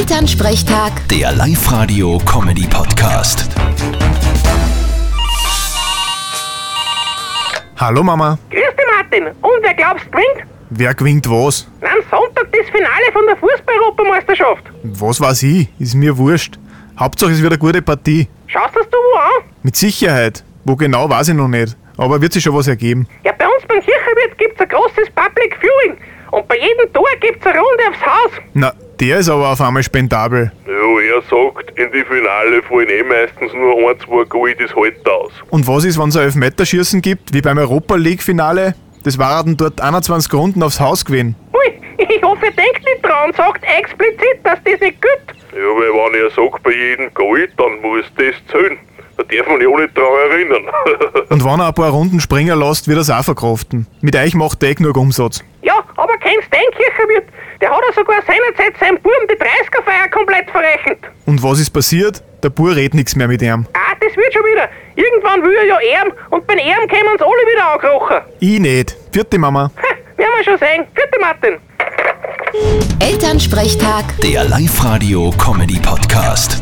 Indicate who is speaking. Speaker 1: Elternsprechtag,
Speaker 2: Der Live-Radio-Comedy-Podcast.
Speaker 3: Hallo Mama,
Speaker 4: Grüß dich, Martin. Und wer glaubst, gewinnt?
Speaker 3: wer gewinnt was?
Speaker 4: Am Sonntag das Finale von der Fußball-Europameisterschaft.
Speaker 3: Was weiß ich, ist mir wurscht. Hauptsache es wird eine gute Partie.
Speaker 4: Schaust das du wo an?
Speaker 3: Mit Sicherheit. Wo genau weiß ich noch nicht. Aber wird sich schon was ergeben.
Speaker 4: Ja, bei uns beim Kirchenwirt gibt's ein großes Public Viewing. Und bei jedem Tor gibt's eine Runde aufs Haus.
Speaker 3: Na, der ist aber auf einmal spendabel.
Speaker 5: Ja, er sagt, in die Finale fallen eh meistens nur ein, zwei Goal, das hält aus.
Speaker 3: Und was ist, wenn es ein Elfmeterschießen gibt, wie beim Europa League-Finale? Das waren dort 21 Runden aufs Haus gewesen.
Speaker 4: Ui, ich hoffe, ihr denkt nicht dran, sagt explizit, dass das nicht gilt.
Speaker 5: Ja, weil wenn er sagt, bei jedem Goal, dann muss das zählen. Da darf man sich auch nicht dran erinnern.
Speaker 3: Und wenn er ein paar Runden springen lässt, wird er es auch verkraften. Mit euch macht der eh genug Umsatz.
Speaker 4: Ja, aber kein Stein Kirchenwirt. Der hat ja sogar seinerzeit seinem Buben die 30er-Feier komplett verrechnet.
Speaker 3: Und was ist passiert? Der Bur redet nichts mehr mit ihm.
Speaker 4: Ah, das wird schon wieder. Irgendwann will er ja erben und beim Erben kämen uns alle wieder angerochen.
Speaker 3: Ich nicht. Vierte Mama.
Speaker 4: Ha, werden wir schon sehen. Vierte Martin.
Speaker 1: Elternsprechtag.
Speaker 2: Der Live-Radio-Comedy-Podcast.